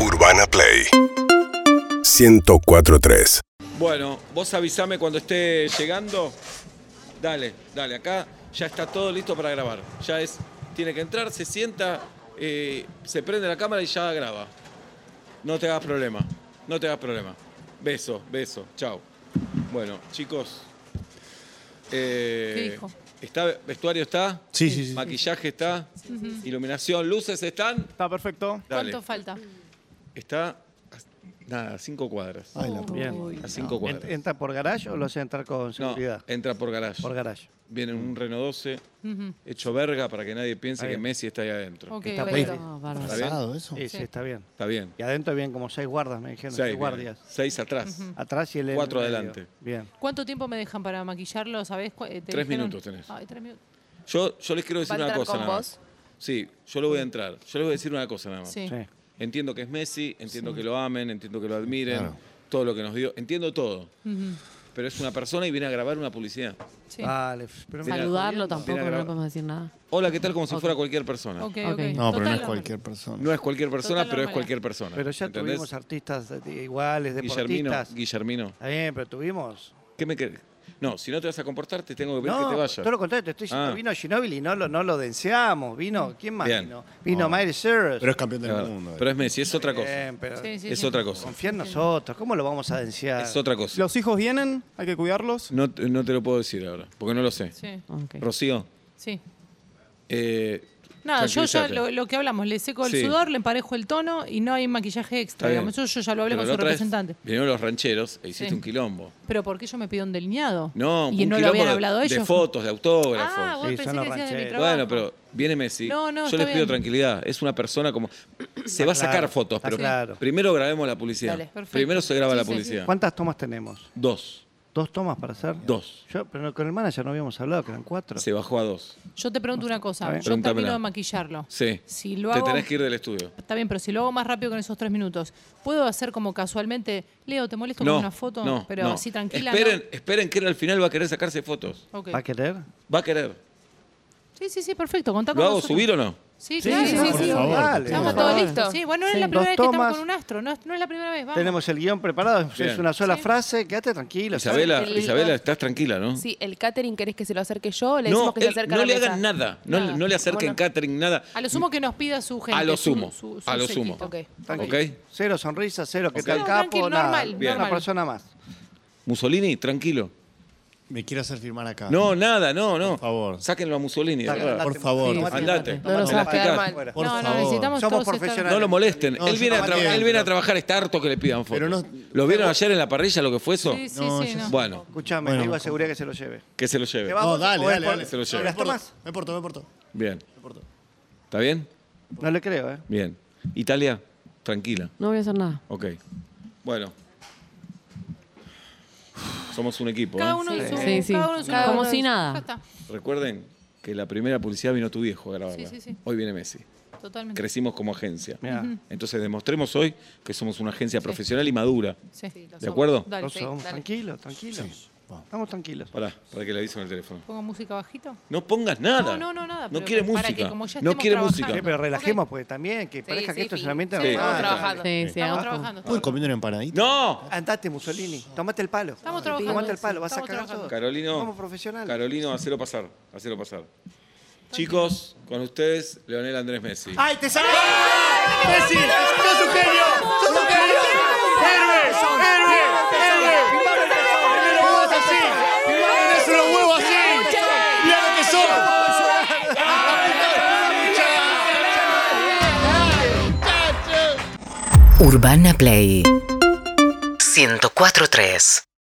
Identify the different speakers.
Speaker 1: Urbana Play 1043.
Speaker 2: Bueno, vos avisame cuando esté llegando. Dale, dale, acá ya está todo listo para grabar. Ya es, tiene que entrar, se sienta, eh, se prende la cámara y ya graba. No te hagas problema, no te hagas problema. Beso, beso, chao. Bueno, chicos. eh,
Speaker 3: ¿Qué dijo?
Speaker 2: ¿Está, ¿Vestuario está?
Speaker 4: Sí, sí, sí.
Speaker 2: ¿Maquillaje está? ¿Iluminación? ¿Luces están?
Speaker 4: Está perfecto.
Speaker 2: Dale. Mm.
Speaker 3: ¿Cuánto falta?
Speaker 2: Está a- nada, a cinco cuadras.
Speaker 4: Ay, la- Bien.
Speaker 3: Uy,
Speaker 2: A cinco
Speaker 4: Ent-
Speaker 2: cuadras.
Speaker 4: ¿Entra por garage o lo hace entrar con
Speaker 2: No,
Speaker 4: seguridad?
Speaker 2: entra por garage.
Speaker 4: Por garage. Mm.
Speaker 2: Viene en un Renault 12, hecho verga para que nadie piense
Speaker 4: Ahí.
Speaker 2: que Messi está ahí adentro.
Speaker 3: Ok,
Speaker 4: Está
Speaker 3: ok.
Speaker 4: perfecto.
Speaker 3: Ah, bárbaro.
Speaker 2: ¿Está bien?
Speaker 5: Pasado eso.
Speaker 4: Sí, sí, está bien.
Speaker 2: Está bien.
Speaker 4: Y adentro habían como seis guardas, me dijeron. Seis,
Speaker 2: Seis,
Speaker 4: guardias.
Speaker 2: bien. Seis atrás.
Speaker 4: Atrás y él en el
Speaker 2: Cuatro
Speaker 4: medio.
Speaker 2: adelante.
Speaker 4: Bien.
Speaker 3: ¿Cuánto tiempo me dejan para maquillarlo? ¿Sabés? ¿Cu- eh, te
Speaker 2: Tres
Speaker 3: dijeron?
Speaker 2: minutos tenés.
Speaker 3: Ay, tres minutos.
Speaker 2: Yo, yo les quiero decir
Speaker 6: ¿Va a
Speaker 2: una
Speaker 6: entrar
Speaker 2: cosa.
Speaker 6: con
Speaker 2: nada
Speaker 6: vos?
Speaker 2: más. Sí, yo le voy a entrar. Yo les voy a decir una cosa nada más.
Speaker 3: Sí.
Speaker 4: Sí.
Speaker 2: Entiendo que es Messi, entiendo que lo amen, entiendo que lo admiren,
Speaker 5: Claro.
Speaker 2: todo lo que nos dio, entiendo todo. Pero es una persona y viene a grabar una publicidad.
Speaker 3: sí.
Speaker 4: Vale. f- Pero mira,
Speaker 7: Saludarlo tampoco,
Speaker 4: Viene a
Speaker 7: no le
Speaker 4: grabar.
Speaker 7: podemos decir nada.
Speaker 2: Hola, ¿qué tal? Como si fuera cualquier persona.
Speaker 3: Ok,
Speaker 7: No, pero
Speaker 3: ok.
Speaker 5: No, pero no
Speaker 3: Total,
Speaker 5: es cualquier persona.
Speaker 2: No es cualquier persona,
Speaker 3: Total
Speaker 2: pero es
Speaker 3: normalidad.
Speaker 2: cualquier persona.
Speaker 4: pero ya
Speaker 2: ¿entendés?
Speaker 4: tuvimos artistas eh, iguales,
Speaker 2: Guillermino,
Speaker 4: deportistas.
Speaker 2: Guillermino,
Speaker 4: Está bien, pero tuvimos.
Speaker 2: ¿qué me querés? No, si no te vas a comportar, te tengo que pedir
Speaker 4: No,
Speaker 2: que te vayas.
Speaker 4: todo lo contrario, te estoy diciendo,
Speaker 2: Ah.
Speaker 4: vino Ginóbili y no lo, no lo denseamos. Vino, ¿quién más
Speaker 2: Bien.
Speaker 4: vino? Vino Miley Cyrus.
Speaker 5: Pero es campeón del
Speaker 2: Claro,
Speaker 5: mundo. eh.
Speaker 2: Pero es Messi, es otra cosa.
Speaker 4: Bien, pero
Speaker 3: Sí, sí,
Speaker 2: es
Speaker 3: sí.
Speaker 2: otra cosa.
Speaker 4: confía en nosotros, ¿cómo lo vamos a densear?
Speaker 2: Es otra cosa.
Speaker 8: ¿Los hijos vienen? ¿Hay que cuidarlos?
Speaker 2: No, te- no te lo puedo decir ahora, porque no lo sé.
Speaker 3: Sí,
Speaker 7: Ok.
Speaker 2: Rocío,
Speaker 3: sí.
Speaker 2: eh,
Speaker 3: Nada, yo ya
Speaker 2: tranquilízate.
Speaker 3: lo, lo que hablamos, le seco el
Speaker 2: Sí.
Speaker 3: sudor, le emparejo el tono y no hay maquillaje
Speaker 2: Está
Speaker 3: extra.
Speaker 2: bien.
Speaker 3: Digamos. Eso yo ya lo hablé
Speaker 2: Pero la
Speaker 3: con su
Speaker 2: otra vez
Speaker 3: representante.
Speaker 2: Vinieron los rancheros e hiciste
Speaker 3: Sí.
Speaker 2: un quilombo.
Speaker 3: Pero ¿por qué yo me pido un delineado?
Speaker 2: No,
Speaker 3: y
Speaker 2: un
Speaker 3: no lo
Speaker 2: quilombo
Speaker 3: habían
Speaker 2: de-
Speaker 3: hablado
Speaker 2: de,
Speaker 3: ellos.
Speaker 2: fotos, de autógrafos.
Speaker 3: Ah, vos
Speaker 4: Sí,
Speaker 3: pensé
Speaker 4: son
Speaker 3: que
Speaker 4: los
Speaker 3: hacías de mi
Speaker 4: rancheros.
Speaker 3: trabajo.
Speaker 2: Bueno, pero viene Messi.
Speaker 3: No, no,
Speaker 2: Yo
Speaker 3: está
Speaker 2: les pido
Speaker 3: bien.
Speaker 2: tranquilidad. Es una persona como. Se va a sacar
Speaker 4: claro,
Speaker 2: fotos,
Speaker 4: está
Speaker 2: pero
Speaker 4: claro.
Speaker 2: primero grabemos la publicidad.
Speaker 3: Dale, perfecto.
Speaker 2: primero se graba
Speaker 3: Sí,
Speaker 2: la
Speaker 3: sí, sí.
Speaker 2: publicidad.
Speaker 4: ¿Cuántas tomas tenemos?
Speaker 2: Dos.
Speaker 4: ¿Dos tomas para hacer?
Speaker 2: Dos.
Speaker 4: Yo, pero con el manager no habíamos hablado, que eran cuatro.
Speaker 2: Se bajó a dos.
Speaker 3: Yo te pregunto una cosa.
Speaker 4: Está bien.
Speaker 3: Yo
Speaker 2: Pregúntamela.
Speaker 3: termino de maquillarlo.
Speaker 2: Sí.
Speaker 3: Si lo
Speaker 2: Te
Speaker 3: hago-
Speaker 2: tenés que ir del estudio.
Speaker 3: Está bien, pero si lo hago más rápido que en esos tres minutos, ¿puedo hacer como casualmente, Leo, te molesto con una foto?
Speaker 2: no,
Speaker 3: pero
Speaker 2: no.
Speaker 3: así tranquila.
Speaker 2: Esperen, esperen que él al final va a querer sacarse fotos.
Speaker 3: ¿no? Ok.
Speaker 4: ¿Va a querer?
Speaker 2: Va a querer.
Speaker 3: Sí, sí, sí, perfecto. Contá con
Speaker 2: ¿Lo hago
Speaker 3: nosotros.
Speaker 2: subir o no?
Speaker 3: Sí, claro, sí,
Speaker 4: no,
Speaker 3: sí,
Speaker 5: por
Speaker 3: sí.
Speaker 5: favor.
Speaker 4: dale.
Speaker 3: Estamos
Speaker 5: Por
Speaker 3: todos
Speaker 4: Dale.
Speaker 3: listos. Sí, bueno, no es la
Speaker 4: Sí.
Speaker 3: primera
Speaker 4: Dos
Speaker 3: vez que estamos
Speaker 4: tomas.
Speaker 3: con un astro. No, es- no es la primera vez. Vamos.
Speaker 4: Tenemos el guión preparado, es
Speaker 2: Bien.
Speaker 4: una sola
Speaker 3: Sí.
Speaker 4: frase, quédate tranquilo.
Speaker 2: Isabela,
Speaker 6: el-
Speaker 2: Isabela, estás tranquila, ¿no?
Speaker 6: Sí, el catering, ¿querés que se lo acerque yo o le
Speaker 2: Mm. No,
Speaker 6: decimos que se
Speaker 2: él-
Speaker 6: acerque a
Speaker 2: no
Speaker 6: la
Speaker 2: le
Speaker 6: mesa?
Speaker 2: hagan nada. No,
Speaker 3: Nada.
Speaker 2: no le acerquen
Speaker 6: Bueno.
Speaker 2: catering, nada.
Speaker 3: A lo sumo que nos pida su gente.
Speaker 2: A lo
Speaker 3: su-
Speaker 2: sumo,
Speaker 3: su- su
Speaker 2: a lo
Speaker 3: séquito.
Speaker 2: sumo.
Speaker 6: Ok.
Speaker 4: Tranquilo.
Speaker 2: Ok.
Speaker 4: Cero sonrisa, cero que
Speaker 2: Ok.
Speaker 4: tal
Speaker 3: No,
Speaker 4: capo,
Speaker 3: tranquilo,
Speaker 4: nada.
Speaker 3: normal,
Speaker 2: Bien.
Speaker 4: Una
Speaker 3: normal.
Speaker 4: persona más.
Speaker 2: Mussolini, tranquilo.
Speaker 5: Me quiere hacer firmar acá.
Speaker 2: No, nada, no, no.
Speaker 5: Ah. Por favor.
Speaker 2: Sáquenlo a Mussolini. de
Speaker 4: Dale,
Speaker 2: verdad.
Speaker 4: andate,
Speaker 5: Por favor.
Speaker 4: tomate,
Speaker 2: Andate.
Speaker 4: tomate,
Speaker 6: No nos
Speaker 4: tomate.
Speaker 6: hagas quedar
Speaker 2: Tomate.
Speaker 6: mal.
Speaker 5: Por
Speaker 3: no, no,
Speaker 5: favor.
Speaker 3: necesitamos
Speaker 4: Somos
Speaker 3: todos estar-
Speaker 4: profesionales.
Speaker 2: No lo molesten.
Speaker 5: No,
Speaker 2: él,
Speaker 5: yo
Speaker 2: viene a
Speaker 5: no
Speaker 2: tra-
Speaker 5: entiendo.
Speaker 2: él viene a trabajar, está harto que le pidan fotos.
Speaker 5: Pero no-
Speaker 2: ¿Lo vieron ayer en la parrilla lo que fue eso?
Speaker 3: Sí, sí,
Speaker 5: No,
Speaker 3: sí.
Speaker 5: yo-
Speaker 3: no.
Speaker 2: Bueno,
Speaker 4: Escuchame,
Speaker 5: Bueno,
Speaker 4: le digo a
Speaker 5: ¿cómo?
Speaker 4: seguridad que se lo lleve.
Speaker 2: que se lo lleve.
Speaker 4: ¿Te va?
Speaker 5: No,
Speaker 4: Vamos,
Speaker 5: dale,
Speaker 4: o es
Speaker 5: dale,
Speaker 4: por-
Speaker 5: dale.
Speaker 2: Se lo llevo.
Speaker 5: Me porto,
Speaker 4: ¿Tomas?
Speaker 5: me porto, me porto.
Speaker 2: Bien.
Speaker 5: Me porto.
Speaker 2: ¿Está bien?
Speaker 4: No le creo, ¿eh?
Speaker 2: Bien. Italia, tranquila.
Speaker 7: No voy a hacer nada.
Speaker 2: Ok. Bueno. Somos un equipo. ¿eh?
Speaker 3: Cada uno en su.
Speaker 7: Sí, sí.
Speaker 3: Cada uno en su.
Speaker 7: Como
Speaker 3: cada uno
Speaker 7: si
Speaker 3: en su-
Speaker 7: nada.
Speaker 3: Ya está.
Speaker 2: Recuerden que la primera publicidad vino tu viejo a grabarla.
Speaker 3: Sí, sí, sí.
Speaker 2: Hoy viene Messi.
Speaker 3: Totalmente.
Speaker 2: Crecimos como agencia.
Speaker 4: Mirá.
Speaker 2: Entonces demostremos hoy que somos una agencia profesional y madura.
Speaker 3: Sí.
Speaker 2: ¿De acuerdo?
Speaker 3: Dale,
Speaker 4: No
Speaker 6: sí,
Speaker 4: somos
Speaker 6: dale.
Speaker 4: tranquilos, tranquilos.
Speaker 5: vamos.
Speaker 4: Estamos tranquilos.
Speaker 2: Pará, para que le avisen el teléfono.
Speaker 3: pongo música bajito.
Speaker 2: No pongas nada.
Speaker 3: No, no, no, nada,
Speaker 2: No
Speaker 3: pero
Speaker 2: quiere
Speaker 3: para
Speaker 2: música.
Speaker 3: que como ya
Speaker 2: no
Speaker 3: estemos
Speaker 2: quiere
Speaker 3: trabajando.
Speaker 4: Sí,
Speaker 2: música.
Speaker 4: pero relajemos, pues también, que parezca que esto es
Speaker 6: sí.
Speaker 4: un ambiente
Speaker 6: Sí, estamos
Speaker 4: normal.
Speaker 6: trabajando.
Speaker 7: Sí, sí,
Speaker 3: Estamos
Speaker 7: abajo.
Speaker 3: trabajando.
Speaker 5: ¿Puedo ir comiendo una empanadita?
Speaker 2: ¡No!
Speaker 4: Andate, Mussolini. Tomate el palo.
Speaker 3: Estamos trabajando.
Speaker 4: Tomate el palo, vas a
Speaker 3: Estamos
Speaker 4: cagar
Speaker 3: trabajando.
Speaker 4: todo.
Speaker 2: Carolino.
Speaker 4: Somos profesionales.
Speaker 2: Carolino, hacelo pasar. Hacelo pasar. Chicos, con ustedes, Leonel Andrés
Speaker 5: Ah,
Speaker 2: Messi.
Speaker 4: ¡Ay, te salvé! ¡Messi! ¡Sos un genio! ¡Sos un genio! ¡Héroe! ¡Héroe! ¡Héroe! ¡Firmame el pezón! ¡Firmame los huevos así! ¡Firmame eso, los huevos así! ¡Mira lo que son!
Speaker 9: Urbana Play 104.3